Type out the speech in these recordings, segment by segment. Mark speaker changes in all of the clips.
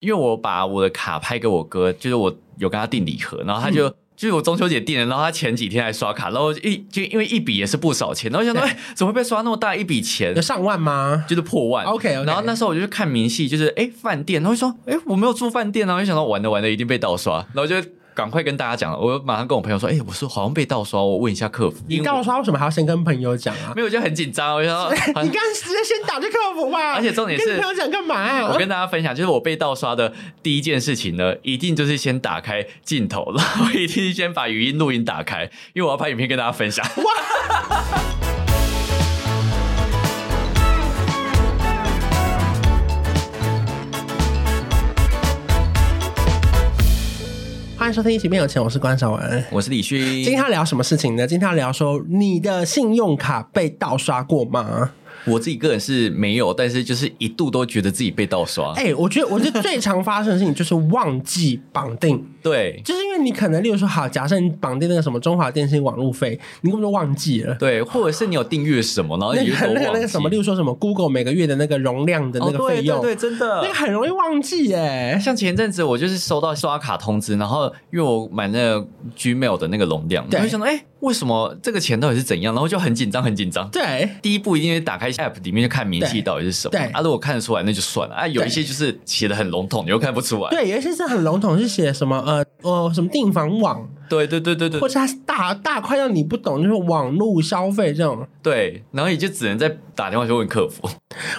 Speaker 1: 因为我把我的卡拍给我哥，就是我有跟他订礼盒，然后他就、
Speaker 2: 嗯
Speaker 1: 就是我中秋节订的，然后他前几天来刷卡，然后一就因为一笔也是不少钱，然后我想说，哎、怎么会被刷那么大一笔钱
Speaker 2: 有？上万吗？
Speaker 1: 就是破万
Speaker 2: OK，OK
Speaker 1: 然后那时候我就去看明细，就是哎饭店，然后就说哎我没有住饭店啊，然后就想到完了完了一定被盗刷，然后就赶快跟大家讲，我马上跟我朋友说，哎我说好像被盗刷，我问一下客服，
Speaker 2: 你
Speaker 1: 因为我
Speaker 2: 告诉他为什么还要先跟朋友讲啊？
Speaker 1: 没有我就很紧张，我就说 好
Speaker 2: 你
Speaker 1: 像
Speaker 2: 刚刚直接先打去客服吧。
Speaker 1: 而且重点是
Speaker 2: 跟你朋友讲干嘛、 啊
Speaker 1: 我跟大家分享，就是我被盗刷的第一件事情呢，一定就是先打开镜头， 然后一定先把语音录音打开，因为我要拍影片跟大家分享。
Speaker 2: 欢迎收听《一起变有钱》，我是关少文。
Speaker 1: 我是李
Speaker 2: 今天
Speaker 1: 勋，
Speaker 2: 要聊什么事情呢？今天要聊说你的信用卡被盗刷过吗？
Speaker 1: 我自己个人是没有，但是就是一度都觉得自己被盗刷。
Speaker 2: 哎、我觉得，我觉得最常发生的事情就是忘记绑定，
Speaker 1: 对
Speaker 2: 就是因为你可能，例如说，好，假设你绑定那个什么中华电信网路费，你根本就忘记了。
Speaker 1: 对，或者是你有订阅什么，然后
Speaker 2: 那
Speaker 1: 你就
Speaker 2: 个
Speaker 1: 都
Speaker 2: 那个那
Speaker 1: 忘
Speaker 2: 个
Speaker 1: 记
Speaker 2: 什么，例如说什么 Google 每个月的那个容量的那
Speaker 1: 哦，
Speaker 2: 个费
Speaker 1: 对
Speaker 2: 用，
Speaker 1: 对对，真
Speaker 2: 那
Speaker 1: 的哎
Speaker 2: 个。很容易忘记耶。
Speaker 1: 像前阵子我就是收到刷卡通知，然后因为我买那个 Gmail 的那个容量，
Speaker 2: 对
Speaker 1: 我就想说，哎、为什么这个钱到底是怎样？然后就很紧张，很紧张。
Speaker 2: 对，
Speaker 1: 第一步一定是打开 App 里面就看明细
Speaker 2: 对
Speaker 1: 到底是什么。
Speaker 2: 对
Speaker 1: 啊，如果看得出来那就算了啊，有一些就是写的很笼统，你又看不出来。
Speaker 2: 对，有一些是很笼统，是写什么呃呃什么订房网，
Speaker 1: 对对对对对
Speaker 2: 或
Speaker 1: 对
Speaker 2: 者它是大大块让你不懂，就是网络消费这种。
Speaker 1: 然后也就只能再打电话去问客 服。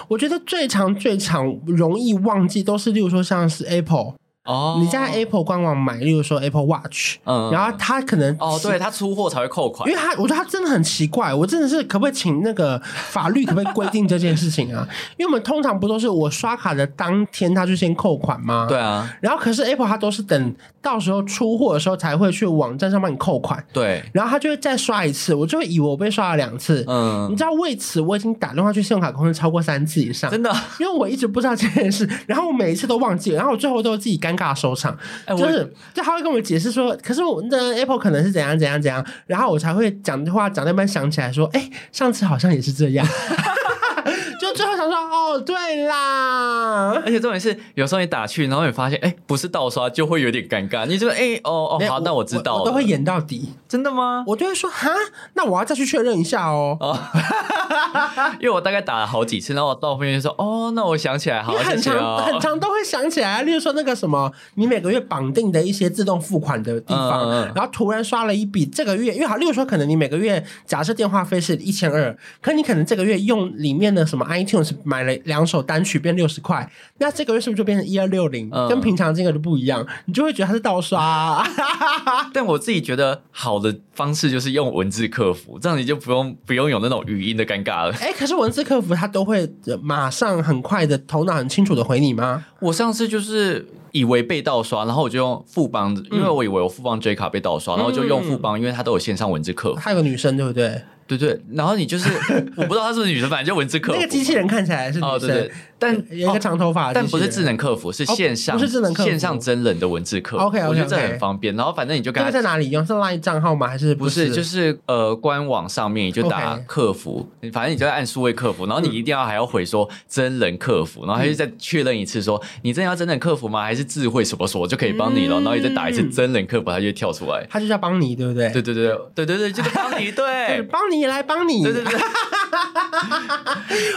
Speaker 2: 我觉得最常最常容易忘记都是，例如说像是 Apple，、
Speaker 1: 哦
Speaker 2: 你在 Apple 官网买，例如说 Apple Watch，、
Speaker 1: 嗯
Speaker 2: 然后它可能
Speaker 1: 哦，对他出货才会扣款
Speaker 2: 因为。他，我觉得他真的很奇怪，我真的是可不可以请那个法律可不可以规定这件事情啊？因为我们通常不都是我刷卡的当天他就先扣款吗？
Speaker 1: 对。啊，
Speaker 2: 然后可是 Apple 它都是等到时候出货的时候才会去网站上帮你扣款，
Speaker 1: 对，
Speaker 2: 然后他就会再刷一次，我就会以为我被刷了两次。你
Speaker 1: 嗯，
Speaker 2: 知道为此我已经打电话去信用卡公司超过三次以上，
Speaker 1: 真的，
Speaker 2: 因为我一直不知道这件事， 然后我每一次都忘记了，然后我最后都自己尴尬收场。
Speaker 1: 哎
Speaker 2: 就
Speaker 1: 我
Speaker 2: 是，就他会跟我解释说，可是我的 Apple 可能是怎样怎样怎样，然后我才会讲话讲到一半想起来说，哎、上次好像也是这 样，就最后想说，哦，对啦。
Speaker 1: 而且重点是，有时候你打去，然后你发现，哎，不是盗刷，就会有点尴尬。你就说，哎，哦
Speaker 2: 没
Speaker 1: 哦，
Speaker 2: 有
Speaker 1: 好，那我知道
Speaker 2: 我，
Speaker 1: 了。
Speaker 2: 都会演到底。
Speaker 1: 真的吗？
Speaker 2: 我就会说哈，那我要再去确认一下哦，啊
Speaker 1: 因为我大概打了好几次，然后我到后面就说，哦，那我想起来，好
Speaker 2: 因为，
Speaker 1: 谢
Speaker 2: 很
Speaker 1: 谢
Speaker 2: 长、
Speaker 1: 哦
Speaker 2: 很长都会想起来，例如说那个什么，你每个月绑定的一些自动付款的地方，
Speaker 1: 嗯嗯嗯
Speaker 2: 然后突然刷了一笔，这个月因为好，例如说可能你每个月假设电话费是一千二，可你可能这个月用里面的什么 iTunes 买了两首单曲变六十块，那这个月是不是就变成一二六零，
Speaker 1: 嗯
Speaker 2: 跟平常金额就不一样，你就会觉得它是盗刷、啊
Speaker 1: 但我自己觉得好的方式就是用文字客服，这样你就不用不用有那种语音的尴尬了。
Speaker 2: 哎、可是文字客服他都会呃马上很快的头脑很清楚的回你吗？
Speaker 1: 我上次就是以为被盗刷，然后我就用富邦，因为我以为我富邦 J 卡被盗刷，然后就用富邦，因为它都有线上文字客服。
Speaker 2: 他有个女生对不对？
Speaker 1: 对对，然后你 就是我不知道她是不是女生，反正就文字客服。
Speaker 2: 那个机器人看起来是女生，
Speaker 1: 哦，对对，但
Speaker 2: 有一个
Speaker 1: 哦
Speaker 2: 长头发的
Speaker 1: 但
Speaker 2: 机器
Speaker 1: 不
Speaker 2: 人、
Speaker 1: 是智能客服，是
Speaker 2: 哦
Speaker 1: 线上，
Speaker 2: 不是智能客服
Speaker 1: 线上真人的文字客服。
Speaker 2: OK，OK，OK
Speaker 1: 我觉得这很方便。然后反正你就跟他
Speaker 2: 这个在哪里用？是 LINE 账号吗？还是
Speaker 1: 不是，就是是呃，官网上面你就打
Speaker 2: OK
Speaker 1: 客服反正你就在按数位客服，然后你一定要还要回说真人客服，然后他就再确认一次说你真的要真人客服吗？还是智慧什么什么就可以帮你了？
Speaker 2: 嗯
Speaker 1: 然后你再打一次真人客服，它就会跳出来。
Speaker 2: 他就是要帮你，对不对？
Speaker 1: 对对对对对对，就是帮你
Speaker 2: 就是
Speaker 1: 对。
Speaker 2: 帮你来帮你，
Speaker 1: 对对嗯对，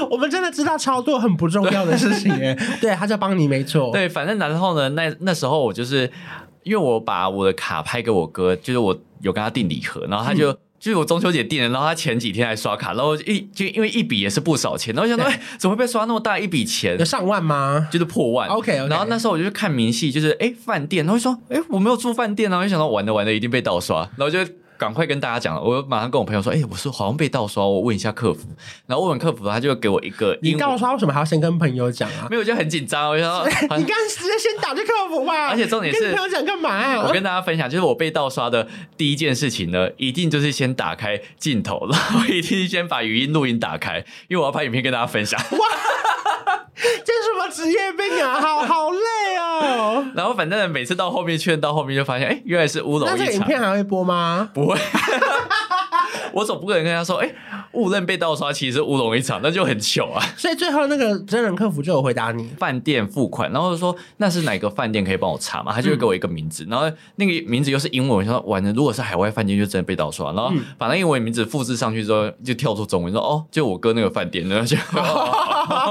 Speaker 2: 我们真的知道超多很不重要的事情 哎，对，他叫帮你没错，
Speaker 1: 对，反正然后呢，那那时候我就是因为我把我的卡拍给我哥，就是我有跟他订礼盒，然后他就。就是我中秋节订的，然后他前几天还刷卡，然后一就因为一笔也是不少钱，然后我想说，哎，怎么会被刷那么大一笔钱
Speaker 2: 有？上万吗？
Speaker 1: 就是破万。
Speaker 2: OK，OK
Speaker 1: 然后那时候我就去看明细，就是哎饭店，然后就说哎我没有住饭店啊，然后就想到完了完了一定被盗刷，然后就。赶快跟大家讲，我马上跟我朋友说，哎、我说好像被盗刷，我问一下客服。然后问完客服，他就给我一个
Speaker 2: 你
Speaker 1: 英文
Speaker 2: 告，诉他为什么还要先跟朋友讲啊？
Speaker 1: 没有我就很紧张，我就 说，好
Speaker 2: 你刚刚直接先打去客服吧，
Speaker 1: 而且重点是
Speaker 2: 跟你朋友讲干嘛、啊
Speaker 1: 我跟大家分享，就是我被盗刷的第一件事情呢，一定就是先打开镜头，然后一定先把语音录音打开，因为我要拍影片跟大家分享。
Speaker 2: 这是什么职业 病啊？好好累哦。
Speaker 1: 然后反正每次到后面确认到后面，就发现，哎、原来是乌龙
Speaker 2: 那这
Speaker 1: 一
Speaker 2: 个影
Speaker 1: 场。
Speaker 2: 片还会播吗？
Speaker 1: 不会，我总不可能跟他说，哎、误认被盗刷，其实是乌龙一场，那就很糗啊。
Speaker 2: 所以最后那个真人客服就有回答你，
Speaker 1: 饭店付款，然后就说那是哪个饭店可以帮我查嘛？他就会给我一个名字，然后那个名字又是英文，我说完了，如果是海外饭店就真的被盗刷，然后把那英文名字复制上去之后，就跳出中文说哦，就我哥那个饭店， 然后就哦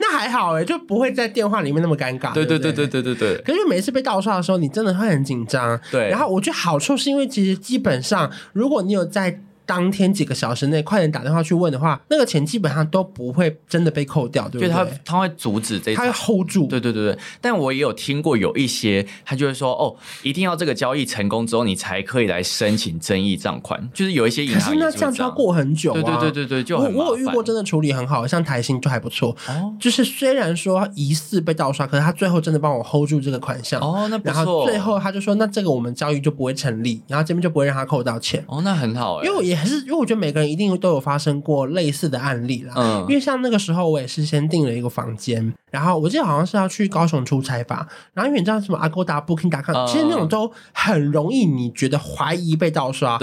Speaker 2: 那还好哎、就不会在电话里面那么尴尬。
Speaker 1: 对对
Speaker 2: 对
Speaker 1: 对
Speaker 2: 不
Speaker 1: 对。对对对
Speaker 2: 可是每一次被盗刷的时候，你真的会很紧张。
Speaker 1: 对
Speaker 2: 然后我觉得好处是因为其实基本上，如果你有在当天几个小时内快点打电话去问的话，那个钱基本上都不会真的被扣掉，对
Speaker 1: 对，
Speaker 2: 不
Speaker 1: 就
Speaker 2: 对？
Speaker 1: 是他他会阻止这一
Speaker 2: 他会
Speaker 1: 场。
Speaker 2: hold 住。
Speaker 1: 对对对对，但我也有听过有一些，他就会说哦，一定要这个交易成功之后，你才可以来申请争议账款，就是有一些银
Speaker 2: 可
Speaker 1: 行
Speaker 2: 是
Speaker 1: 也
Speaker 2: 那
Speaker 1: 会
Speaker 2: 这样就要
Speaker 1: 样
Speaker 2: 过很久啊。
Speaker 1: 对对对对对，就
Speaker 2: 我
Speaker 1: 很
Speaker 2: 我有遇
Speaker 1: 麻烦
Speaker 2: 过真的处理很好，像台新就还不错。
Speaker 1: 哦
Speaker 2: 就是虽然说疑似被盗刷，可是他最后真的帮我 hold 住这个款项。
Speaker 1: 哦，那不
Speaker 2: 然后
Speaker 1: 错，
Speaker 2: 最后他就说，那这个我们交易就不会成立，然后这边就不会让他扣到钱。
Speaker 1: 哦，那很好哎、
Speaker 2: 因为我也是，因为我觉得每个人一定都有发生过类似的案例啦。
Speaker 1: 嗯
Speaker 2: 因为像那个时候，我也是先订了一个房间，然后我记得好像是要去高雄出差吧。然后因为你知道什么 Agoda、Booking.com，、
Speaker 1: 嗯
Speaker 2: 其实那种都很容易，你觉得怀疑被盗刷，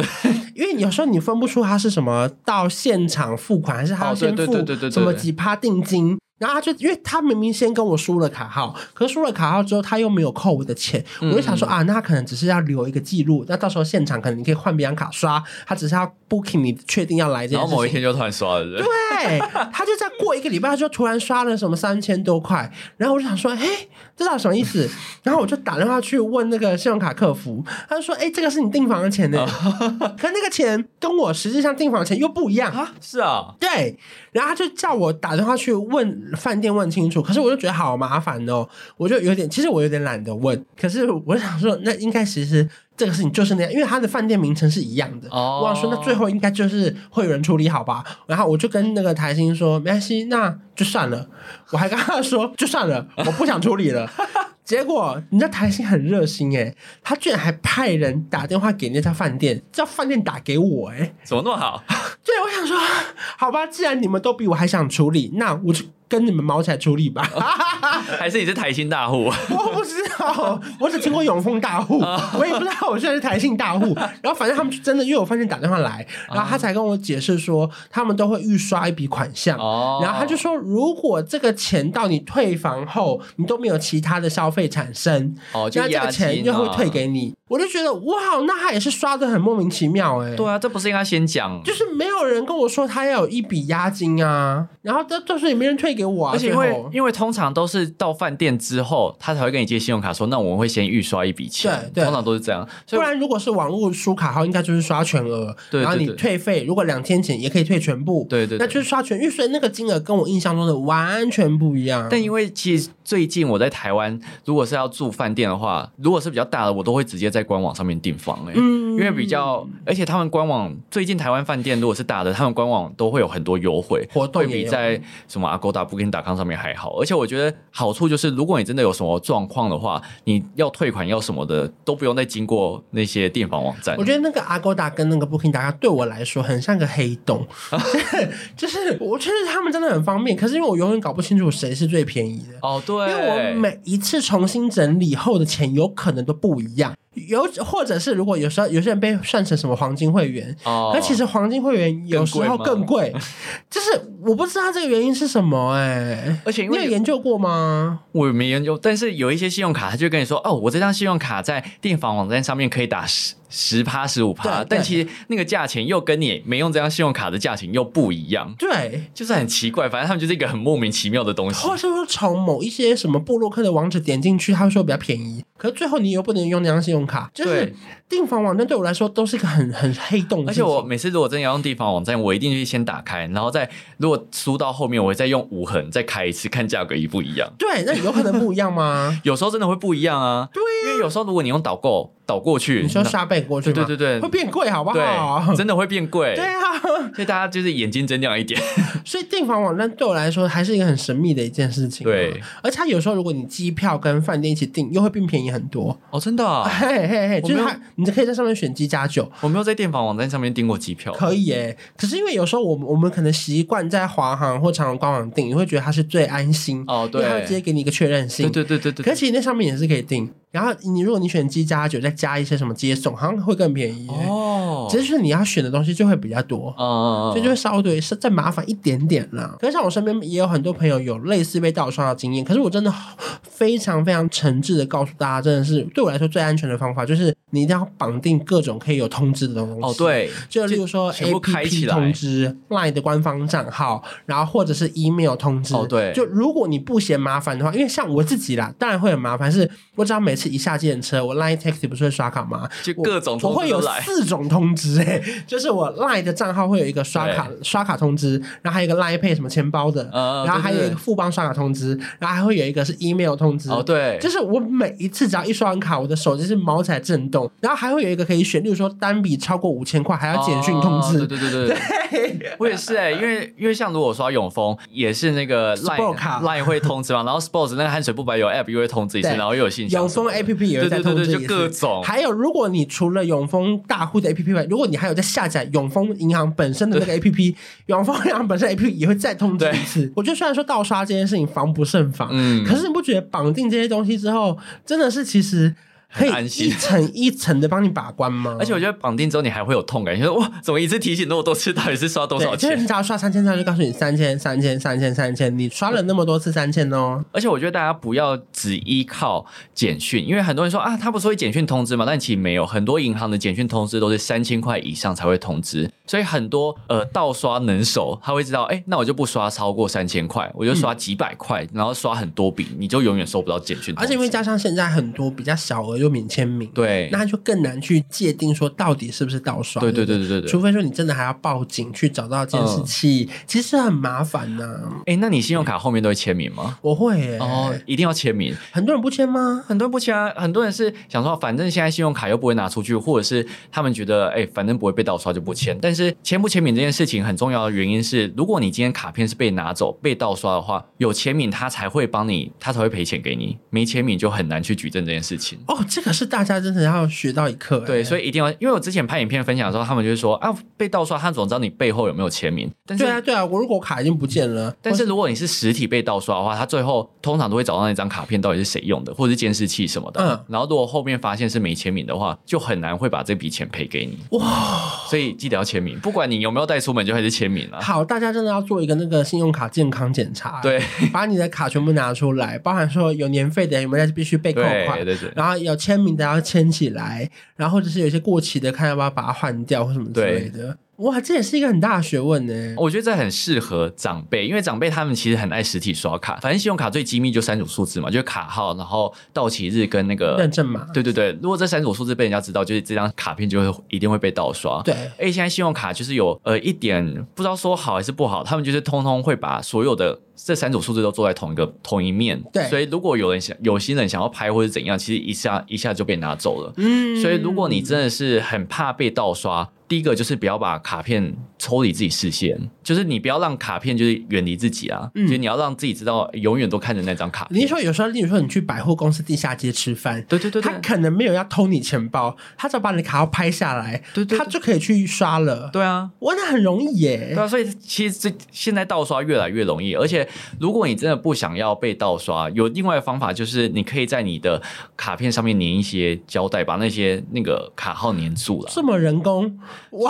Speaker 2: 因为有时候你分不出他是什么到现场付款，还是他要
Speaker 1: 哦对
Speaker 2: 先
Speaker 1: 对
Speaker 2: 付
Speaker 1: 对对对对
Speaker 2: 什么
Speaker 1: 对
Speaker 2: 几趴定金。然后他就，因为他明明先跟我输了卡号，可是输了卡号之后他又没有扣我的钱，
Speaker 1: 嗯
Speaker 2: 我就想说啊，那他可能只是要留一个记录，那到时候现场可能你可以换别张卡刷，他只是要 booking 你确定要来这
Speaker 1: 然
Speaker 2: 件
Speaker 1: 后
Speaker 2: 事
Speaker 1: 某一
Speaker 2: 情。
Speaker 1: 天就突然刷了，对不对
Speaker 2: 对，他就在过一个礼拜，他就突然刷了什么三千多块，然后我就想说，嘿，这到底什么意思？ 然后我就打电话去问那个信用卡客服，他就说，哎，这个是你订房的钱呢， 可那个钱跟我实际上订房的钱又不一样。
Speaker 1: 啊，是啊，
Speaker 2: 对，然后他就叫我打电话去问饭店问清楚，可是我就觉得好麻烦哦，我就有点，其实我有点懒得问，可是我想说，那应该其实这个事情就是那样，因为他的饭店名称是一样的，
Speaker 1: 哦
Speaker 2: 我想说那最后应该就是会有人处理好吧，然后我就跟那个台新说，没关系，那就算了，我还跟他说就算了，我不想处理了。结果，你知道台新很热心诶、他居然还派人打电话给那家饭店，叫饭店打给我诶、
Speaker 1: 怎么那么好？
Speaker 2: 对，我想说，好吧，既然你们都比我还想处理，那我就跟你们毛起来处理吧。
Speaker 1: 还是你是台新大 户？
Speaker 2: 我不知道，我只听过永丰大户，
Speaker 1: 啊
Speaker 2: 我也不知道我现在是台信大户。 然后反正他们就真的，因为我发现打电话来，
Speaker 1: 啊
Speaker 2: 然后他才跟我解释说，他们都会预刷一笔款项。
Speaker 1: 哦
Speaker 2: 然后他就说，如果这个钱到你退房后，你都没有其他的消费产生，
Speaker 1: 哦，就
Speaker 2: 那这
Speaker 1: 押
Speaker 2: 个
Speaker 1: 金啊哦
Speaker 2: 钱又会退。给你。我就觉得哇，那他也是刷的很莫名其妙哎、
Speaker 1: 对啊，这不是应该先讲？
Speaker 2: 就是没有人跟我说他要有一笔押金啊，然后到到时候也没人退给我啊，
Speaker 1: 而且因为
Speaker 2: 最后
Speaker 1: 因为通常都是到饭店之后，他才会跟你借信用卡说，那我们会先预刷一笔钱，
Speaker 2: 对对
Speaker 1: 通常都是这样。所
Speaker 2: 不
Speaker 1: 以
Speaker 2: 然如果是网络刷卡号，应该就是刷全额，
Speaker 1: 对对
Speaker 2: 然后你
Speaker 1: 对
Speaker 2: 退费，如果两天前也可以退全部，
Speaker 1: 对对对
Speaker 2: 那就是刷全，因为所以那个金额跟我印象中的完全不一样。
Speaker 1: 但因为其实最近我在台湾，如果是要住饭店的话，如果是比较大的，我都会直接在官网上面订房、欸。
Speaker 2: 嗯
Speaker 1: 因为比较，而且他们官网最近台湾饭店如果是大的，他们官网都会有很多优惠
Speaker 2: 活动
Speaker 1: 会
Speaker 2: 也
Speaker 1: 比
Speaker 2: 有
Speaker 1: 在什么 Agoda、Booking.com 上面还好。而且我觉得好处就是，如果你真的有什么状况的话，你要退款要什么的都不用再经过那些订房网站
Speaker 2: 我。觉得那个 Agoda 跟那个 Booking 大对我来说很像个黑 洞，就是就是我觉得他们真的很方便，可是因为我永远搞不清楚谁是最便宜的。
Speaker 1: 哦，对，
Speaker 2: 因为我每一次重新整理后的钱有可能都不一样，有或者是如果有时候有些人被算成什么黄金会员，
Speaker 1: 哦，
Speaker 2: 可其实黄金会员有时候更
Speaker 1: 更
Speaker 2: 贵，就是我不知道这个原因是什么哎、
Speaker 1: 而且因
Speaker 2: 你有
Speaker 1: 为
Speaker 2: 研究过吗？
Speaker 1: 我没研究，但是有一些信用卡，他就跟你说，哦，我这张信用卡在订房网站上面可以打十十趴、十五趴，
Speaker 2: 对
Speaker 1: 但其实那个价钱又跟你没用这张信用卡的价钱又不一样，
Speaker 2: 对，
Speaker 1: 就是很奇怪。反正他们就是一个很莫名其妙的东西。
Speaker 2: 或是说从某一些什么布洛克的网址点进去，他会说比较便宜，可是最后你又不能用那张信用卡，就是
Speaker 1: 对
Speaker 2: 订房网站对我来说都是一个很很黑洞的
Speaker 1: 而
Speaker 2: 事情。
Speaker 1: 且我每次如果真的要用订房网站，我一定去先打开，然后再如果输到后面，我会再用无痕再开一次，看价格一不一样。？
Speaker 2: 对，那有可能不一样吗
Speaker 1: 有时候真的会不一样啊，对因为有时候如果你用导购导过去，
Speaker 2: 你说
Speaker 1: 那
Speaker 2: 沙贝过去吗？
Speaker 1: 对对对对
Speaker 2: 会变贵好不好
Speaker 1: 对，？真的会变贵。
Speaker 2: 对啊，
Speaker 1: 所以大家就是眼睛睁亮一点。
Speaker 2: 所以订房网站对我来说还是一个很神秘的一件事情。啊
Speaker 1: 对，
Speaker 2: 而且它有时候如果你机票跟饭店一起订，又会变便宜很多。
Speaker 1: 哦，真的、啊。
Speaker 2: 嘿嘿嘿，
Speaker 1: 我
Speaker 2: 就是
Speaker 1: 没有啊
Speaker 2: 它，你就可以在上面选机加酒，
Speaker 1: 我没有在电访网站上面订过机票，
Speaker 2: 可以耶。可是因为有时候我们我们可能习惯在华航或长荣官网订，你会觉得它是最安心
Speaker 1: 哦
Speaker 2: 因为它会
Speaker 1: 对
Speaker 2: 直接给你一个确认性。
Speaker 1: 对对对对对，
Speaker 2: 可是其实那上面也是可以订，然后你如果你选鸡加酒，再加一些什么接送，好像会更便宜耶。
Speaker 1: 哦，
Speaker 2: 只是就是你要选的东西就会比较多。
Speaker 1: 嗯，
Speaker 2: 所以就会稍微是再麻烦一点点啦。可是像我身边也有很多朋友有类似被盗刷的经验，可是我真的非常非常诚挚的告诉大家，真的是对我来说最安全的方法，就是你一定要绑定各种可以有通知的东西。
Speaker 1: 哦，，对，
Speaker 2: 就例如说
Speaker 1: 全部开
Speaker 2: A P
Speaker 1: 起
Speaker 2: P
Speaker 1: 来
Speaker 2: 通知、Line 的官方账号，然后或者是 email 通知。
Speaker 1: 哦对
Speaker 2: 就如果你不嫌麻烦的话，因为像我自己啦，当然会很麻烦，是我只要每次一下计程车，我 Line Taxi 不是会刷卡吗？
Speaker 1: 就
Speaker 2: 我
Speaker 1: 各种
Speaker 2: 我
Speaker 1: 通
Speaker 2: 会
Speaker 1: 知都
Speaker 2: 有
Speaker 1: 来，
Speaker 2: 四种通知哎、就是我 Line 的账号会有一个刷卡刷卡通知，然后还有一个 Line Pay 什么钱包的，
Speaker 1: 嗯，
Speaker 2: 然后还有一
Speaker 1: 对
Speaker 2: 个富邦刷卡通知，然后还会有一个是 email 通知。
Speaker 1: 对对哦，对，
Speaker 2: 就是我每一次只要一刷完卡，我的手机是毛起来震动，然后还会有一个可以选，例如说单笔超过五千块还要简讯通知，
Speaker 1: 哦对对对对。 我也是哎、因为因为像如果我刷永丰，也是那个
Speaker 2: Sport
Speaker 1: Line
Speaker 2: 卡
Speaker 1: Line 会通知嘛，然后 Sports 那个汗水不白有 App 又会通知一次，
Speaker 2: 对
Speaker 1: 然后又有信息。
Speaker 2: 永丰 A P P 也会
Speaker 1: 对
Speaker 2: 在
Speaker 1: 对
Speaker 2: 通
Speaker 1: 对
Speaker 2: 知
Speaker 1: 对，
Speaker 2: 也
Speaker 1: 就是各种。
Speaker 2: 还有，如果你除了永丰大户的 A P P 外，如果你还有在下载永丰银行本身的 那个 A P P，永丰银行本身 A P P 也会再通知
Speaker 1: 对
Speaker 2: 一次。我觉得虽然说盗刷这件事情防不胜防，
Speaker 1: 嗯
Speaker 2: 可是你不觉得绑定这些东西之后，真的是其实可以
Speaker 1: 很安心
Speaker 2: 一层一层的帮你把关吗？
Speaker 1: 而且我觉得绑定之后你还会有痛感，你说哇，怎么一次提醒那么多次，到底是刷多
Speaker 2: 对，
Speaker 1: 少
Speaker 2: 就是你
Speaker 1: 钱？
Speaker 2: 只要刷三千，他就告诉你三千、三千、三千、三千，你刷了那么多次三千哦。
Speaker 1: 而且我觉得大家不要只依靠简讯，因为很多人说啊，他不是会简讯通知嘛，但其实没有，很多银行的简讯通知都是三千块以上才会通知，所以很多呃盗刷能手他会知道，哎、那我就不刷超过三千块，我就刷几百块，然后刷很多笔，你就永远收不到简讯通知。
Speaker 2: 而且因为加上现在很多比较小额又免签名，
Speaker 1: 对
Speaker 2: 那他就更难去界定说到底是不是盗刷。
Speaker 1: 对对
Speaker 2: 不
Speaker 1: 对对对对嗯
Speaker 2: 除非说你真的还要报警去找到监视器，其实很麻烦呐、
Speaker 1: 哎、那你信用卡后面都会签名吗？
Speaker 2: 我会耶、
Speaker 1: 哦，一定要签名。
Speaker 2: 很多人不签吗？
Speaker 1: 很多人不签啊，很多人是想说，反正现在信用卡又不会拿出去，或者是他们觉得，哎、反正不会被盗刷就不签。但是签不签名这件事情很重要的原因是，如果你今天卡片是被拿走、被盗刷的话，有签名他才会帮你，他才会赔钱给你，没签名就很难去举证这件事情。
Speaker 2: 哦，这个是大家真的要学到一课、哎
Speaker 1: 对，所
Speaker 2: 以。
Speaker 1: 以一定要，因为我之前拍影片分享的时候，他们就会说啊，被盗刷，他总知道你背后有没有签名，但是
Speaker 2: 对啊，对啊，我如果卡已经不见了，
Speaker 1: 但是如果你是实体被盗刷的话，他最后通常都会找到那张卡片到底是谁用的，或者是监视器什么的。
Speaker 2: 嗯
Speaker 1: 然后如果后面发现是没签名的话，就很难会把这笔钱赔给你。哇！所以记得要签名，不管你有没有带出门，就还是签 名啊。
Speaker 2: 好，大家真的要做一个那个信用卡健康检查，
Speaker 1: 对，
Speaker 2: 把你的卡全部拿出来，包含说有年费的有没有必须被扣
Speaker 1: 对
Speaker 2: 款，
Speaker 1: 对对。
Speaker 2: 然后有签名的要签起来，然后或者是有一些过期的，看要不要把它换掉或什么之类的。哇，这也是一个很大的学问呢。
Speaker 1: 我觉得这很适合长辈，因为长辈他们其实很爱实体刷卡。反正信用卡最机密就三组数字嘛，就是卡号，然后到期日跟那个
Speaker 2: 认证码，
Speaker 1: 对对对。如果这三组数字被人家知道，就是这张卡片就会一定会被盗刷。
Speaker 2: 对，
Speaker 1: 而且现在信用卡就是有呃一点不知道说好还是不好，他们就是通通会把所有的这三组数字都做在同一个同一面。
Speaker 2: 对
Speaker 1: 所以如果有人想有心人想要拍或者怎样，其实一下一下就被拿走了。
Speaker 2: 嗯
Speaker 1: 所以如果你真的是很怕被盗刷，第一个就是不要把卡片抽离自己视线，就是你不要让卡片就是远离自己啊，
Speaker 2: 嗯
Speaker 1: 就是你要让自己知道永远都看着那张卡
Speaker 2: 你是
Speaker 1: 片。
Speaker 2: 说有时候，例如说你去百货公司地下街吃饭，
Speaker 1: 对对对对
Speaker 2: 他可能没有要偷你钱包，他只要把你的卡号拍下来，
Speaker 1: 对对对
Speaker 2: 他就可以去刷了。
Speaker 1: 对啊，
Speaker 2: 哇，那很容易
Speaker 1: 对
Speaker 2: 耶。
Speaker 1: 啊，所以其实这现在盗刷越来越容易，而且如果你真的不想要被盗刷，有另外的方法就是你可以在你的卡片上面粘一些胶带，把那些那个卡号粘住了。
Speaker 2: 这么人工，我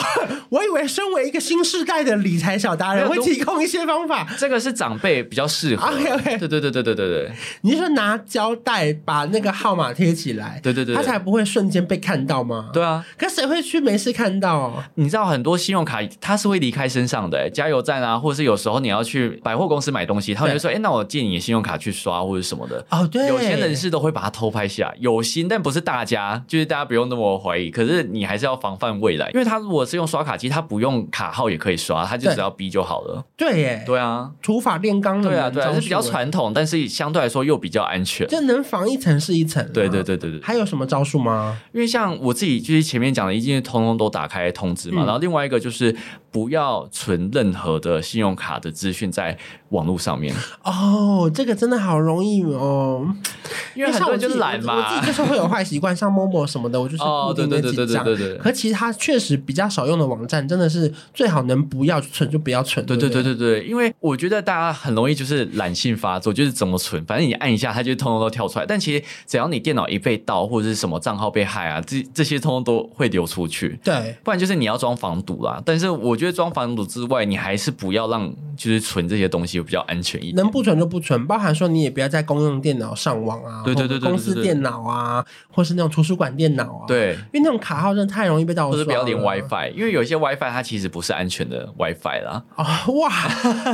Speaker 2: 我以为身为一个新时代的理财小达人
Speaker 1: 没
Speaker 2: 会
Speaker 1: 有
Speaker 2: 提供一些方法。
Speaker 1: 这个是长辈比较适合。
Speaker 2: OK，OK
Speaker 1: 对对对对对对对
Speaker 2: 你是说拿胶带把那个号码贴起来，
Speaker 1: 对对对对
Speaker 2: 他才不会瞬间被看到吗？
Speaker 1: 对啊！
Speaker 2: 可谁会去没事看到？
Speaker 1: 你知道很多信用卡它是会离开身上的、欸加油站啊，或者是有时候你要去百货公司买东西，他们就说：“哎、那我借你的信用卡去刷或者什么的。”
Speaker 2: 哦，对，
Speaker 1: 有些人是都会把它偷拍下来，有心，但不是大家，就是大家不用那么怀疑。可是你还是要防范未来，因为他如果是用刷卡机，他不用卡号也可以刷，他就
Speaker 2: 对
Speaker 1: 只要 B 就好了。
Speaker 2: 对耶，
Speaker 1: 对啊，
Speaker 2: 土法炼钢的
Speaker 1: 对啊，
Speaker 2: 人
Speaker 1: 对啊，
Speaker 2: 招
Speaker 1: 是比较
Speaker 2: 数耶，
Speaker 1: 传统，但是相对来说又比较安全。
Speaker 2: 这能防一层是啊一层。啊
Speaker 1: 对对。对对对，
Speaker 2: 还有什么招数吗？
Speaker 1: 因为像我自己就是前面讲的，一定是通通都打开通知嘛。
Speaker 2: 嗯
Speaker 1: 然后另外一个就是不要存任何的信用卡的资讯在网络上面，
Speaker 2: 哦，这个真的好容易哦，
Speaker 1: 因为很
Speaker 2: 像
Speaker 1: 多
Speaker 2: 我
Speaker 1: 人就
Speaker 2: 自己
Speaker 1: 是懒
Speaker 2: 我
Speaker 1: 嘛
Speaker 2: 自己。就是会有坏习惯，像 Momo 什么的，我就是
Speaker 1: 哦
Speaker 2: 固定
Speaker 1: 对
Speaker 2: 那
Speaker 1: 对对
Speaker 2: 几
Speaker 1: 对
Speaker 2: 张
Speaker 1: 对对对。
Speaker 2: 可其实它确实比较少用的网站，真的是最最好能不要存就不要存。
Speaker 1: 对
Speaker 2: 对
Speaker 1: 对
Speaker 2: 不
Speaker 1: 对，对对，因为我觉得大家很容易就是懒性发作，就是怎么存，反正你按一下，它就通通都跳出来。但其实只要你电脑一被盗，或者是什么账号被害啊，这这些通通都会流出去。
Speaker 2: 对
Speaker 1: 不然就是你要装防毒啦。但是我觉得装防毒之外，你还是不要让就是存这些东西比较安全一点。
Speaker 2: 能不存就不存，包含说你也不要在公用电脑上网啊，
Speaker 1: 对对
Speaker 2: 或者
Speaker 1: 对对
Speaker 2: 公
Speaker 1: 对
Speaker 2: 司
Speaker 1: 对对
Speaker 2: 电脑啊，或是那种图书馆电脑啊，，
Speaker 1: 对，
Speaker 2: 因为那种卡号真的太容易被盗
Speaker 1: 或者
Speaker 2: 刷了。
Speaker 1: 不要连 WiFi，因为有一些 WiFi 它其实不是安全的 WiFi 啦。
Speaker 2: 啊、哇，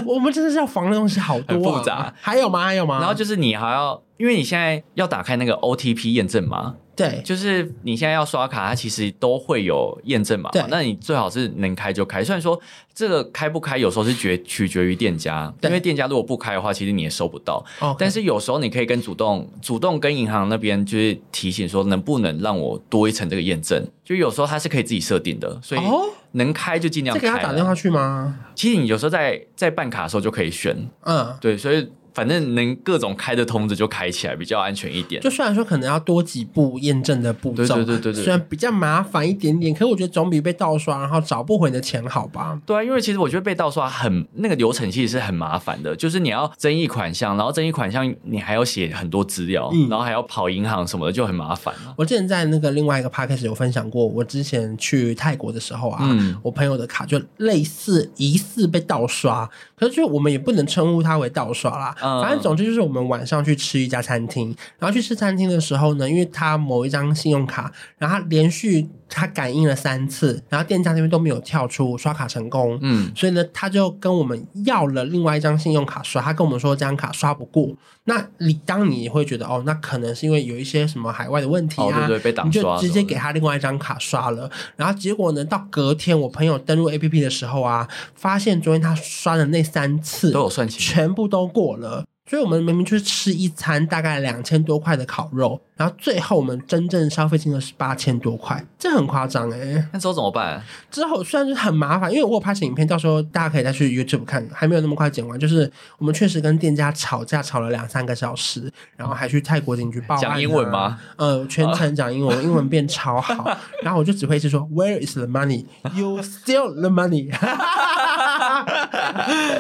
Speaker 2: 我们真的是要防的东西好多、啊，
Speaker 1: 很复杂。
Speaker 2: 还有吗？还有吗？
Speaker 1: 然后就是你还要，因为你现在要打开那个 OTP 验证码，
Speaker 2: 对
Speaker 1: 就是你现在要刷卡，它其实都会有验证码
Speaker 2: 对
Speaker 1: 嘛。那你最好是能开就开。虽然说这个开不开有时候是决取决于店家，
Speaker 2: 对
Speaker 1: 因为店家如果不开的话，其实你也收不到。
Speaker 2: 哦，
Speaker 1: 但是有时候你可以跟主动主动跟银行那边就是提醒说，能不能让我多一层这个验证？就有时候它是可以自己设定的，所以
Speaker 2: 哦，
Speaker 1: 能开就尽量
Speaker 2: 这
Speaker 1: 开
Speaker 2: 个
Speaker 1: 啦。
Speaker 2: 要打电话去吗？
Speaker 1: 其实你有时候在在办卡的时候就可以选，
Speaker 2: 嗯，
Speaker 1: 对，所以反正能各种开的通知就开起来，比较安全一点。
Speaker 2: 就虽然说可能要多几步验证的步骤，
Speaker 1: 对对对对对
Speaker 2: 虽然比较麻烦一点点，可是我觉得总比被盗刷然后找不回你的钱好吧？
Speaker 1: 对啊，因为其实我觉得被盗刷很那个流程其实是很麻烦的，就是你要争议款项，然后争议款项你还要写很多资料，
Speaker 2: 嗯
Speaker 1: 然后还要跑银行什么的，就很麻烦了、
Speaker 2: 我之前在那个另外一个 podcast 有分享过，我之前去泰国的时候啊，
Speaker 1: 嗯
Speaker 2: 我朋友的卡就类似疑似被盗刷，可是就我们也不能称呼它为盗刷啦。
Speaker 1: 嗯
Speaker 2: 反正总之就是我们晚上去吃一家餐厅，然后去吃餐厅的时候呢，因为他某一张信用卡，然后他连续他感应了三次，然后店家那边都没有跳出刷卡成功，
Speaker 1: 嗯，
Speaker 2: 所以呢，他就跟我们要了另外一张信用卡刷，他跟我们说这张卡刷不过。那理当你会觉得哦，那可能是因为有一些什么海外的问题啊，
Speaker 1: 哦对对被挡
Speaker 2: 你
Speaker 1: 刷什
Speaker 2: 就
Speaker 1: 么的
Speaker 2: 直接给他另外一张卡刷了。然后结果呢，到隔天我朋友登录 APP 的时候啊，发现昨天他刷的那三次
Speaker 1: 都有算清。
Speaker 2: 全部都过了。所以我们明明就是吃一餐大概两千多块的烤肉，然后最后我们真正消费金额是八千多块，这很夸张哎、
Speaker 1: 那之后怎么办？
Speaker 2: 之后虽然是很麻烦，因为我有拍成影片，到时候大家可以再去 YouTube 看，还没有那么快剪完。就是我们确实跟店家吵架，吵了两三个小时，然后还去泰国警局报案、啊
Speaker 1: 讲英文吗？
Speaker 2: 呃，全程讲英文，我英文变超好。然后我就只会是说 Where is the money? You steal the money 。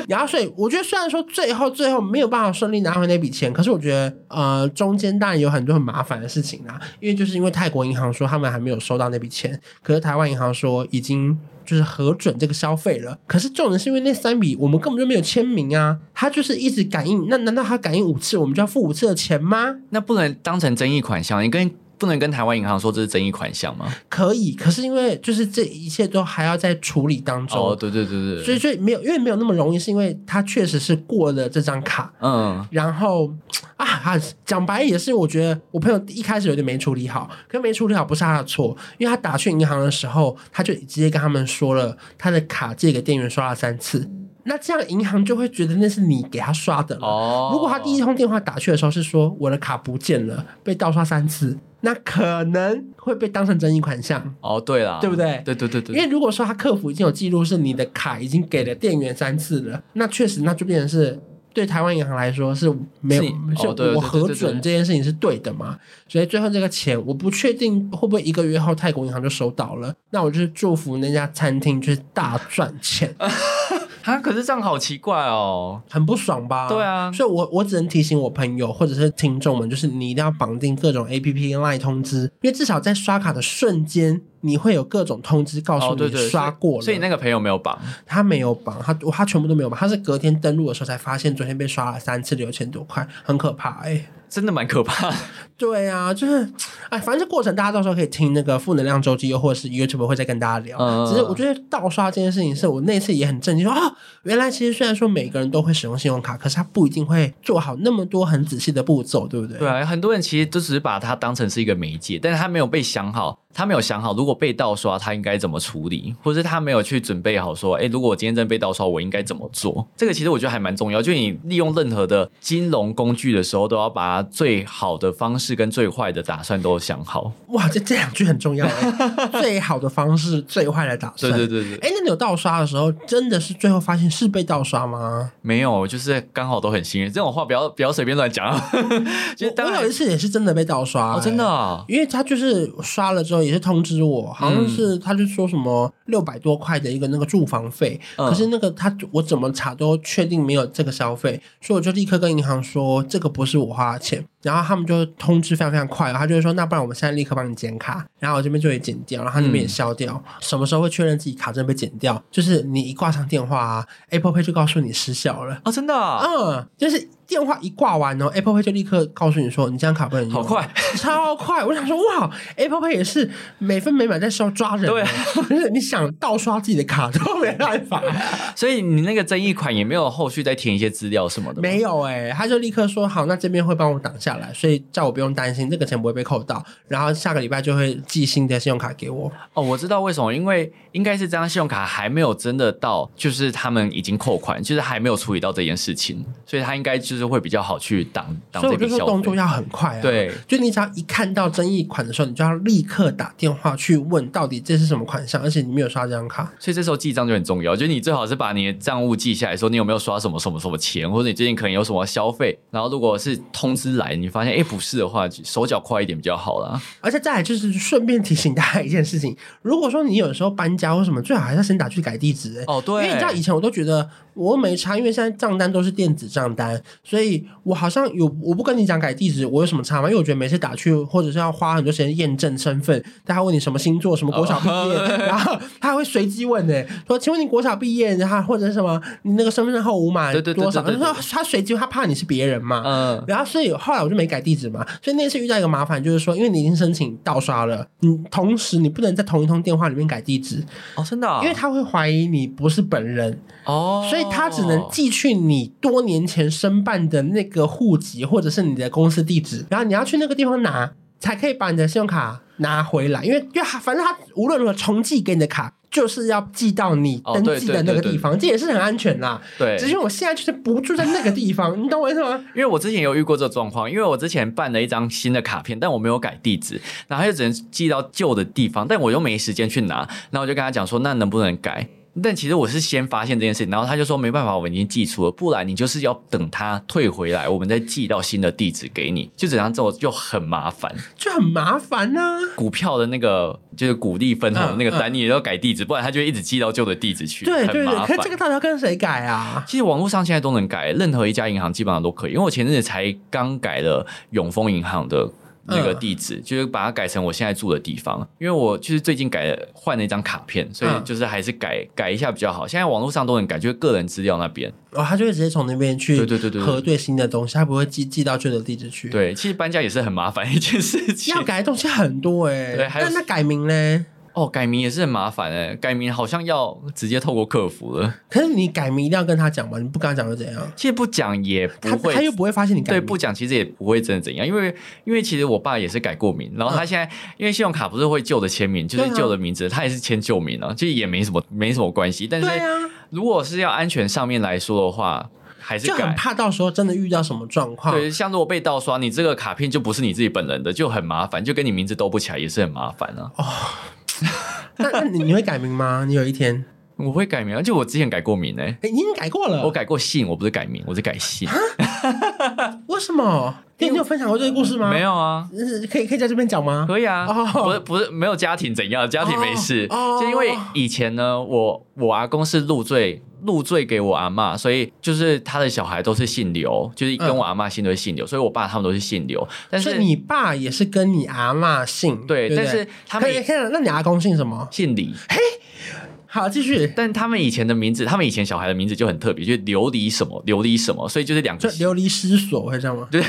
Speaker 2: 然后，所以我觉得虽然说最后最后没有办法顺利拿回那笔钱，可是我觉得呃中间当然有很多很麻烦的事情啦，因为就是因为泰国银行说他们还没有收到那笔钱，可是台湾银行说已经。就是核准这个消费了，可是重点是因为那三笔我们根本就没有签名啊，他就是一直感应，那难道他感应五次，我们就要付五次的钱吗？
Speaker 1: 那不能当成争议款项，你跟不能跟台湾银行说这是争议款项吗？
Speaker 2: 可以，可是因为就是这一切都还要在处理当中，
Speaker 1: 哦，对对对对，
Speaker 2: 所以所以没有，因为没有那么容易，是因为他确实是过了这张卡，
Speaker 1: 嗯，
Speaker 2: 然后啊啊，讲白也是，我觉得我朋友一开始有点没处理好，可是没处理好不是他的错，因为他打去银行的时候，他就直接跟他们说了，他的卡借给店员刷了三次，那这样银行就会觉得那是你给他刷的了。
Speaker 1: 哦，
Speaker 2: 如果他第一通电话打去的时候是说我的卡不见了，被盗刷三次，那可能会被当成争议款项。
Speaker 1: 哦，对啦，
Speaker 2: 对不对
Speaker 1: 对对对对，
Speaker 2: 因为如果说他客服已经有记录是你的卡已经给了店员三次了，那确实那就变成是对台湾银行来说是没有
Speaker 1: 是你
Speaker 2: 是
Speaker 1: 哦对对
Speaker 2: 我
Speaker 1: 对
Speaker 2: 核
Speaker 1: 对对
Speaker 2: 准
Speaker 1: 对
Speaker 2: 这件事情是对的嘛，所以最后这个钱我不确定会不会一个月后泰国银行就收到了，那我就是祝福那家餐厅就是大赚钱，
Speaker 1: 啊，可是这样好奇怪哦，
Speaker 2: 很不爽吧？
Speaker 1: 对啊
Speaker 2: 所以我我只能提醒我朋友或者是听众们，就是你一定要绑定各种 A P P 跟 Line 通知，因为至少在刷卡的瞬间。你会有各种通知告诉
Speaker 1: 哦，对
Speaker 2: 你
Speaker 1: 对，
Speaker 2: 刷过了，
Speaker 1: 所以，所以那个朋友没有绑，
Speaker 2: 他没有绑，他他全部都没有绑，他是隔天登录的时候才发现，昨天被刷了三次六千多块，很可怕哎、
Speaker 1: 真的蛮可怕的。
Speaker 2: 对啊，就是，哎，反正这过程大家到时候可以听那个负能量周记，又或者是 YouTube 会再跟大家聊。
Speaker 1: 嗯
Speaker 2: 只是我觉得盗刷这件事情，是我那次也很震惊，说啊，原来其实虽然说每个人都会使用信用卡，可是他不一定会做好那么多很仔细的步骤，对不对？
Speaker 1: 对啊，很多人其实都只是把它当成是一个媒介，但是他没有被想好，他没有想好如果被盗刷他应该怎么处理，或是他没有去准备好说，哎，如果我今天真的被盗刷，我应该怎么做？这个其实我觉得还蛮重要，就你利用任何的金融工具的时候，都要把最好的方式跟最坏的打算都想好。
Speaker 2: 哇，这这两句很重要、哎 最好的方式，最坏的打算。
Speaker 1: 对对对对，
Speaker 2: 哎，那你有盗刷的时候，真的是最后发现是被盗刷吗？
Speaker 1: 没有，就是刚好都很幸运，这种话不要不要随便乱讲啊。就是
Speaker 2: 我
Speaker 1: 当
Speaker 2: 我
Speaker 1: 然
Speaker 2: 有一次也是真的被盗刷、欸
Speaker 1: 哦，真的、啊。
Speaker 2: 因为他就是刷了之后候也是通知我，好
Speaker 1: 嗯
Speaker 2: 像是他就说什么六百多块的一个那个住房费，
Speaker 1: 嗯
Speaker 2: 可是那个他我怎么查都确定没有这个消费，所以我就立刻跟银行说这个不是我花的钱，然后他们就通知非常非常快，他就会说那不然我们现在立刻帮你剪卡，然后我这边就也剪掉，然后
Speaker 1: 嗯
Speaker 2: 他那边也消掉，什么时候会确认自己卡真的被剪掉？就是你一挂上电话啊，Apple Pay 就告诉你失效了。
Speaker 1: 哦，真的啊、
Speaker 2: 嗯，就是电话一挂完哦，Apple Pay 就立刻告诉你说你这张卡不能用，
Speaker 1: 好，快，
Speaker 2: 超快！我想说，哇，Apple Pay 也是每分每秒在刷抓人，
Speaker 1: 对，
Speaker 2: 就是你想盗刷自己的卡都没办法，
Speaker 1: 所以你那个争议款也没有后续再填一些资料什么的吗，
Speaker 2: 没有哎、他就立刻说好，那这边会帮我挡下来，所以叫我不用担心这个钱不会被扣到，然后下个礼拜就会寄新的信用卡给我，
Speaker 1: 哦，我知道为什么，因为应该是这张信用卡还没有真的到，就是他们已经扣款，就是还没有处理到这件事情，所以他应该就是会比较好去挡挡
Speaker 2: 所以
Speaker 1: 这
Speaker 2: 我
Speaker 1: 笔
Speaker 2: 就说
Speaker 1: 消
Speaker 2: 动作
Speaker 1: 费。
Speaker 2: 要很快啊，。
Speaker 1: 对，
Speaker 2: 就你只要一看到争议款的时候，你就要立刻打电话去问到底这是什么款项，而且你没有刷这张卡。
Speaker 1: 所以这时候记账就很重要，就是你最好是把你的账务记下来，说你有没有刷什么什么什么钱，或者你最近可能有什么消费，然后如果是通知来，你发现哎不是的话，手脚快一点比较好啦。
Speaker 2: 而且再来就是顺便提醒大家一件事情： 如果说你有时候搬家或什么，最好还是要先打去改地址、欸。
Speaker 1: 哦，对，
Speaker 2: 因为你知道以前我都觉得我又没差，因为现在账单都是电子账单，所以我好像有我不跟你讲改地址，我有什么差吗？因为我觉得每次打去或者是要花很多时间验证身份，他还问你什么星座、什么国小毕业，
Speaker 1: 哦
Speaker 2: 然后他还会随机问呢、欸说请问你国小毕业，然后或者是什么你那个身份证后五码
Speaker 1: 对对对
Speaker 2: 多少？
Speaker 1: 对
Speaker 2: 他
Speaker 1: 对
Speaker 2: 说他随机，他怕你是别人嘛，
Speaker 1: 嗯，
Speaker 2: 然后所以后来我就没改地址嘛，所以那次遇到一个麻烦，就是说，因为你已经申请盗刷了，你同时你不能在同一通电话里面改地址，
Speaker 1: 哦，真的啊、
Speaker 2: 因为他会怀疑你不是本人，
Speaker 1: 哦，
Speaker 2: 所以他只能寄去你多年前申办的那个户籍或者是你的公司地址，然后你要去那个地方拿，才可以把你的信用卡拿回来，因为因为他反正他无论如何重寄给你的卡。就是要寄到你
Speaker 1: 哦
Speaker 2: 登
Speaker 1: 对
Speaker 2: 记
Speaker 1: 对
Speaker 2: 的那
Speaker 1: 对
Speaker 2: 个
Speaker 1: 对
Speaker 2: 地方，这也是很安全啦。
Speaker 1: 对，
Speaker 2: 只是我现在就是不住在那个地方，你懂我意思吗？
Speaker 1: 因为我之前有遇过这个状况，因为我之前办了一张新的卡片，但我没有改地址，然后他就只能寄到旧的地方，但我又没时间去拿，然后我就跟他讲说，那能不能改？但其实我是先发现这件事情，然后他就说没办法，我已经寄出了，不然你就是要等他退回来，我们再寄到新的地址给你，就这样做就很麻烦。
Speaker 2: 就很麻烦啊呐、
Speaker 1: 股票的那个就是股利分红的那个
Speaker 2: 嗯嗯
Speaker 1: 单，你也要改地址，不然他就会一直寄到旧的地址去，
Speaker 2: 对
Speaker 1: 很
Speaker 2: 对对，
Speaker 1: 麻烦
Speaker 2: 可是。这个到底要跟谁改啊？
Speaker 1: 其实网络上现在都能改，任何一家银行基本上都可以。因为我前阵子才刚改了永丰银行的那
Speaker 2: 嗯
Speaker 1: 个地址，就是把它改成我现在住的地方。因为我就是最近改了换了一张卡片，所以
Speaker 2: 嗯
Speaker 1: 就是还是改、改一下比较好。现在网络上都能改，就是个人资料那边。
Speaker 2: 哦，他就会直接从那边去
Speaker 1: 对对对对对
Speaker 2: 核对新的东西，他不会寄寄到旧的地址去。，
Speaker 1: 对，其实搬家也是很麻烦一件事情
Speaker 2: 要。改的东西很多哎、
Speaker 1: 对还有
Speaker 2: 但那改名嘞？
Speaker 1: 哦，改名也是很麻烦哎、改名好像要直接透过客服了。
Speaker 2: 可是你改名一定要跟他讲嘛，你不跟他讲又怎样？
Speaker 1: 其实不讲也
Speaker 2: 他
Speaker 1: 不会
Speaker 2: 他又不会发现你改
Speaker 1: 对，
Speaker 2: 名。
Speaker 1: 不讲其实也不会真的怎样，因为因为其实我爸也是改过名，然后他现在、因为信用卡不是会旧的签名，就
Speaker 2: 嗯对
Speaker 1: 是
Speaker 2: 啊
Speaker 1: 旧的名字，他也是签旧名啊，就也没什么没什么关系。但是
Speaker 2: 对啊，
Speaker 1: 如果是要安全上面来说的话，还是
Speaker 2: 就很
Speaker 1: 改。
Speaker 2: 怕到时候真的遇到什么状况。
Speaker 1: 对，像如果被盗刷，你这个卡片就不是你自己本人的，就很麻烦，就跟你名字兜不起来也是很麻烦啊。
Speaker 2: 哦那那你你会改名吗？你有一天，
Speaker 1: 我会改名啊，就我之前改过名哎、
Speaker 2: 哎、你已经改过了，
Speaker 1: 我改过姓，我不是改名，我是改姓。
Speaker 2: 啊为什么？你你有分享过这个故事吗？
Speaker 1: 没，有啊，
Speaker 2: 是可以可以在这边讲吗？
Speaker 1: 可以啊，
Speaker 2: 哦
Speaker 1: 不是不是没有家庭怎样，家庭没事，
Speaker 2: 哦哦
Speaker 1: 就因为以前呢，我我阿公是入赘入赘给我阿嬷，所以就是他的小孩都是姓刘，就是跟我阿嬷姓都是姓刘，所以我爸他们都是姓刘，但
Speaker 2: 所
Speaker 1: 是
Speaker 2: 以你爸也是跟你阿嬷姓，
Speaker 1: 对，
Speaker 2: 不
Speaker 1: 但是他
Speaker 2: 可
Speaker 1: 们
Speaker 2: 以，可以那你阿公姓什么？
Speaker 1: 姓李，
Speaker 2: 好，继续。
Speaker 1: 但他们以前的名字，他们以前小孩的名字就很特别，就是琉璃什么琉璃什么，所以就是两
Speaker 2: 就
Speaker 1: 个姓。
Speaker 2: 流离失所会这样吗？
Speaker 1: 对，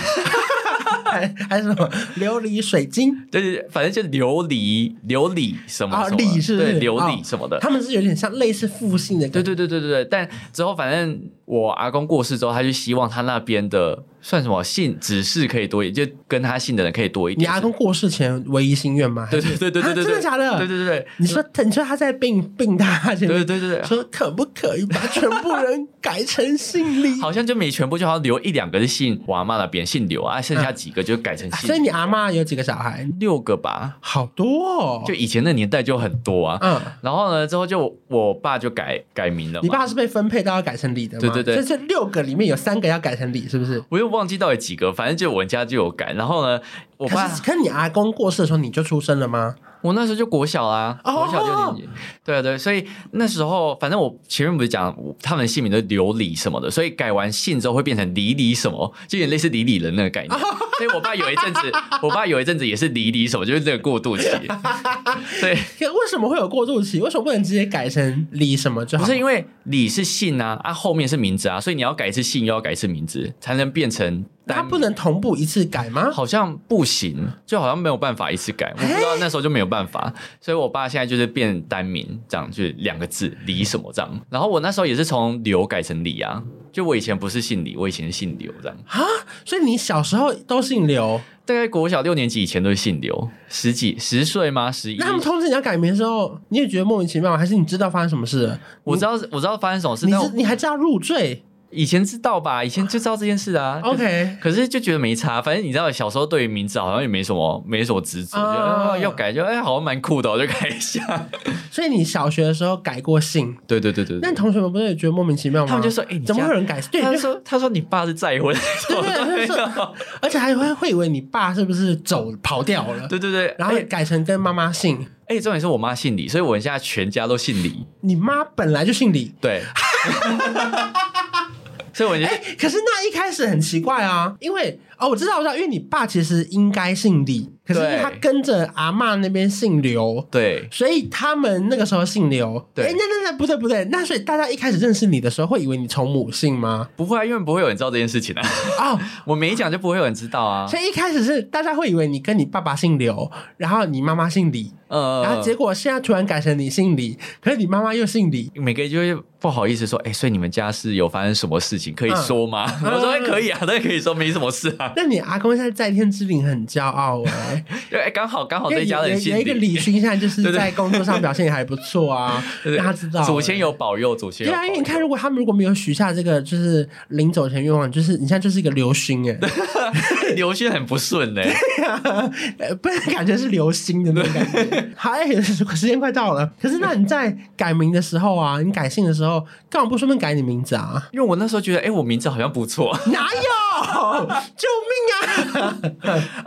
Speaker 2: 还还是什么琉璃水晶？
Speaker 1: 就是反正就琉璃、琉璃什么
Speaker 2: 啊
Speaker 1: 什么，
Speaker 2: 李是不是
Speaker 1: 对琉
Speaker 2: 哦
Speaker 1: 璃什么的，
Speaker 2: 他们是有点像类似复姓的
Speaker 1: 对
Speaker 2: 感觉。
Speaker 1: 对对对对对，但之后反正我阿公过世之后，他就希望他那边的算什么姓指示可以多一点，就跟他姓的人可以多一
Speaker 2: 你
Speaker 1: 点。
Speaker 2: 阿公过世前唯一心愿吗？
Speaker 1: 对对对对对对，
Speaker 2: 啊真的假的
Speaker 1: 对对对对，
Speaker 2: 你说，你说他在病病榻前
Speaker 1: 对
Speaker 2: 面
Speaker 1: 对对对。
Speaker 2: 说，可不可以把全部人改成姓 李？
Speaker 1: 好像就没全部，就好像留一两个是姓我阿妈那边姓刘啊，剩下几个就改成
Speaker 2: 啊所以
Speaker 1: 姓
Speaker 2: 你阿妈有几个小孩？
Speaker 1: 六个吧。
Speaker 2: 好多哦。
Speaker 1: 就以前那年代就很多啊。
Speaker 2: 嗯，
Speaker 1: 然后呢，之后就我爸就改改名了嘛。
Speaker 2: 你爸是被分配到要改成李的吗？
Speaker 1: 对对对
Speaker 2: 所以这六个里面有三个要改成李，是不是？
Speaker 1: 我又忘记到底几个，反正就我们家就有改。然后呢，我
Speaker 2: 可
Speaker 1: 爸
Speaker 2: 是，可是你阿公过世的时候，你就出生了吗？
Speaker 1: 我那时候就国小啦，
Speaker 2: 哦
Speaker 1: 国小六年级，对对，所以那时候反正我前面不是讲我他们的姓名都是刘李什么的，所以改完姓之后会变成李李什么，就有点类似李李人那个 概念。所以我爸有一阵子，我爸有一阵子也是李李什么，就是这个过 渡期。对，
Speaker 2: 可为什么会有过渡期？为什么不能直接改成李什么就好？
Speaker 1: 不是因
Speaker 2: 为
Speaker 1: 为李是姓啊，啊后面是名字啊，所以你要改一次姓，又要改一次名字，才能变成单
Speaker 2: 他
Speaker 1: 名
Speaker 2: 不能同步一次改吗？
Speaker 1: 好像不行，就好像没有办法一次改，我不知道那时候就没有办法，所以我爸现在就是变单名，这样就是两个字李什么这样。然后我那时候也是从刘改成李啊，就我以前不是姓李，我以前是姓刘这样，
Speaker 2: 啊，所以你小时候都姓刘，
Speaker 1: 大概国小六年级以前都是姓刘，十几十岁吗？十一
Speaker 2: 那？他们通知你要改名的时候，你也觉得莫名其妙吗，还是你知道发生什么事了？
Speaker 1: 我知道我知道发生什么事，
Speaker 2: 你
Speaker 1: 但
Speaker 2: 是
Speaker 1: 我
Speaker 2: 你还知道入 赘
Speaker 1: 以前知道吧，以前就知道这件事啊。
Speaker 2: ？OK，
Speaker 1: 可是就觉得没差，反正你知道，小时候对于名字好像也没什么没什么执着，就、
Speaker 2: 啊
Speaker 1: 啊、要改就哎、好像蛮酷的哦，我就改一 下。
Speaker 2: 所以你小学的时候改过姓，
Speaker 1: 对对对对对。
Speaker 2: 那同学们不是也觉得莫名其妙吗？
Speaker 1: 他们就说哎你
Speaker 2: 怎么
Speaker 1: 家
Speaker 2: 会有人改？对，
Speaker 1: 他
Speaker 2: 就
Speaker 1: 说：“他说你爸是再婚，什 么都没
Speaker 2: 对他
Speaker 1: 有。
Speaker 2: 而且还会会以为你爸是不是走跑掉了，
Speaker 1: 对对对，
Speaker 2: 然后
Speaker 1: 哎
Speaker 2: 改成跟妈妈姓。
Speaker 1: 哎，重点是我妈姓李，所以我们现在全家都姓李。
Speaker 2: 你妈本来就姓李，
Speaker 1: 对， 所以我觉
Speaker 2: 哎、
Speaker 1: 得
Speaker 2: 可是那一开始很奇怪啊，因为哦，我知道，我知道，因为你爸其实应该姓李，可是因为
Speaker 1: 对
Speaker 2: 他跟着阿嬷那边姓刘，
Speaker 1: 对
Speaker 2: 所以他们那个时候姓刘。
Speaker 1: 对
Speaker 2: 哎、那那那不对不对，那所以大家一开始认识你的时候，会以为你从母 姓吗？
Speaker 1: 不会啊，因为不会有人知道这件事情啊。
Speaker 2: 哦，
Speaker 1: 我没讲就不会有人知道啊。
Speaker 2: 所以一开始是大家会以为你跟你爸爸姓刘，然后你妈妈姓李，
Speaker 1: 呃，
Speaker 2: 然后结果现在突然改成你姓李，可是你妈妈又姓李，
Speaker 1: 每个人就会不好意思说：哎，所以你们家是有发生什么事情可以
Speaker 2: 嗯
Speaker 1: 说吗？ 我说：哎，可以啊，当然可以说，没什么事啊。
Speaker 2: 那你阿公现在在天之灵很骄傲哎、
Speaker 1: 对，哎，刚好刚好
Speaker 2: 因
Speaker 1: 这
Speaker 2: 为
Speaker 1: 一家
Speaker 2: 有
Speaker 1: 人
Speaker 2: 有
Speaker 1: 姓
Speaker 2: 有一个
Speaker 1: 李，
Speaker 2: 李勋现在就
Speaker 1: 对
Speaker 2: 是
Speaker 1: 对
Speaker 2: 在工作上表现也还不错啊，
Speaker 1: 对
Speaker 2: 让他知道
Speaker 1: 祖先有保佑，祖先
Speaker 2: 对
Speaker 1: 有
Speaker 2: 啊，
Speaker 1: 保
Speaker 2: 因为
Speaker 1: 佑
Speaker 2: 你看，如果他们如果没有许下这个就是临走前愿望，就是你现在就是一个流星哎、
Speaker 1: 流血很不顺呢。
Speaker 2: 呃，不然感觉是流星的那种感觉。好，哎、时间快到 了，可是那你在改名的时候啊，你改姓的时候，干嘛不顺便改你名字 啊？
Speaker 1: 因为我那时候觉得，哎，我名字好像不错。”
Speaker 2: 哪有？救命啊！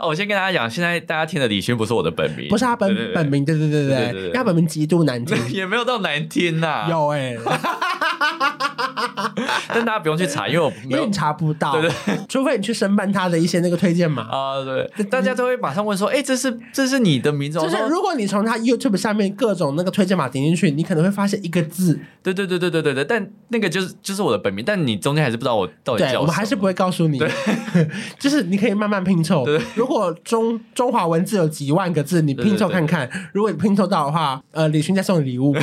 Speaker 1: 哦，我先跟大家讲，现在大家听的李勋不是我的本名，
Speaker 2: 不是他本
Speaker 1: 对对对
Speaker 2: 本名，对对对
Speaker 1: 对对
Speaker 2: 对
Speaker 1: 对对
Speaker 2: 对，
Speaker 1: 啊
Speaker 2: 因为他本名极度难 听，
Speaker 1: 也没有到难听呐、
Speaker 2: 有哎、
Speaker 1: 但大家不用去查，因为我没
Speaker 2: 因为
Speaker 1: 有
Speaker 2: 你。查不到，
Speaker 1: 对
Speaker 2: 除非你去申办他的一些那个推荐码。
Speaker 1: 啊、对，大家都会马上问说，哎、这是这是你的名字？
Speaker 2: 就
Speaker 1: 我
Speaker 2: 是
Speaker 1: 说，
Speaker 2: 如果你从他 YouTube 下面各种那个推荐码点进去，你可能会发现一个字，
Speaker 1: 对对对对对对对，但那个就是就是我的本名，但你中间还是不知道我到底叫
Speaker 2: 对
Speaker 1: 什
Speaker 2: 我
Speaker 1: 么
Speaker 2: 们还是不会告诉你， 就是你可以慢慢拼凑
Speaker 1: 对。
Speaker 2: 如果中中华文字有几万个字，你拼凑看看，如果你拼凑到的话，呃，李勋再送你 礼物。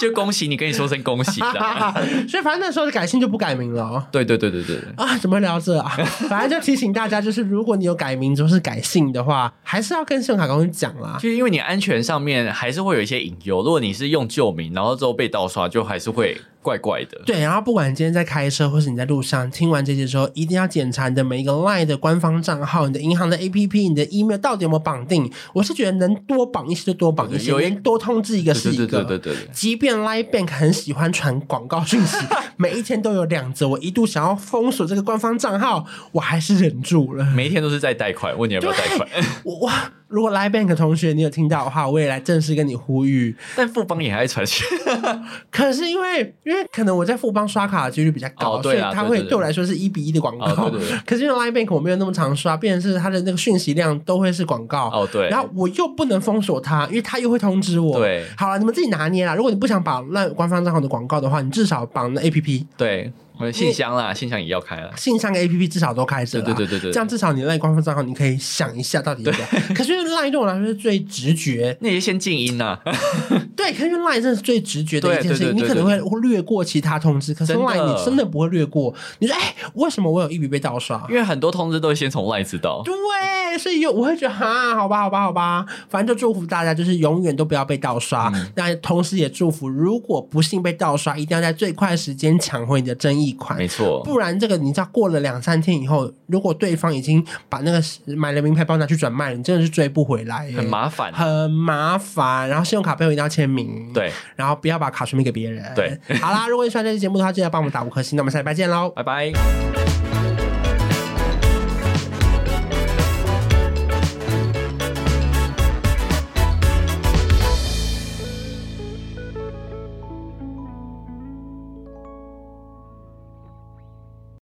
Speaker 1: 就恭喜你，跟你说声恭喜这样
Speaker 2: 所以反正那时候改姓就不改名了哦。
Speaker 1: 对对对对对对，
Speaker 2: 啊，怎么会聊这啊？ 反正就提醒大家，就是如果你有改名字或是改姓的话，还是要跟信用卡公司讲啦。
Speaker 1: 就是因为你安全上面还是会有一些隐忧，如果你是用旧名，然后之后被盗刷，就还是会怪怪的。
Speaker 2: 对，然后不管你今天在开车或是你在路上，听完这些之后，一定要检查你的每一个 LINE 的官方账号、你的银行的 APP、你的 email 到底有没有绑定。我是觉得能多绑一些就多绑一些，
Speaker 1: 有一
Speaker 2: 能多通知一个
Speaker 1: 对
Speaker 2: 是
Speaker 1: 对
Speaker 2: 一个。
Speaker 1: 对对对对对。
Speaker 2: 即便 Line Bank 很喜欢传广告讯 息，每一天都有两则，我一度想要封锁这个官方账号，我还是忍住了。
Speaker 1: 每一天都是在贷款，问你要不要贷款，
Speaker 2: 我哇，如果 Line Bank 同学你有听到的话，我也来正式跟你呼吁。
Speaker 1: 但富邦也还在传讯。
Speaker 2: 可是因为因为可能我在富邦刷卡的几率比较高，
Speaker 1: 哦对
Speaker 2: 所
Speaker 1: 啊
Speaker 2: 以它
Speaker 1: 对对
Speaker 2: 会
Speaker 1: 对
Speaker 2: 对我来说是一比一的广告。
Speaker 1: 哦对对对
Speaker 2: 可是因为 Line Bank 我没有那么常刷，变成是它的那个讯息量都会是广告。
Speaker 1: 哦，对，
Speaker 2: 然后我又不能封锁它，因为它又会通知我。
Speaker 1: 对
Speaker 2: 好了，你们自己拿捏啦。如果你不想绑那官方账号的广告的话，你至少绑那 A P P
Speaker 1: 对，我的信箱啦，信箱也要开啦。
Speaker 2: 信箱跟 A P P 至少都开着
Speaker 1: 对
Speaker 2: 啦。
Speaker 1: 对对对对，
Speaker 2: 这样至少你赖官方账号，你可以想一下到底要不要。 可是因为赖对我来说是最直觉，
Speaker 1: 那也先静音呐、
Speaker 2: 对，可是因为 Line 真的是最直觉的一件事
Speaker 1: 对对对
Speaker 2: 情，
Speaker 1: 对
Speaker 2: 你可能会略过其他通知，可是
Speaker 1: 真的
Speaker 2: Line 你真的不会略过。你说，哎，为什么我有一笔被盗刷
Speaker 1: 因？为很多通知都会先从 LINE 知道。
Speaker 2: 对，所以有我会觉得哈，好吧，好吧，好吧，反正就祝福大家，就是永远都不要被盗刷。
Speaker 1: 嗯
Speaker 2: 那同时也祝福，如果不幸被盗刷，一定要在最快时间抢回你的争议款
Speaker 1: 没。错，
Speaker 2: 不然这个你知道，过了两三天以后，如果对方已经把那个买了名牌包拿去转卖了，你真的是追不回来耶，
Speaker 1: 很麻烦。
Speaker 2: 很麻烦。然后信用卡背后一定要签名，，
Speaker 1: 对，
Speaker 2: 然后不要把卡全部给别人。
Speaker 1: 对，
Speaker 2: 好啦，如果你喜欢这期节目的话，记得帮我们打五颗星。那我们下礼拜见喽，
Speaker 1: 拜拜。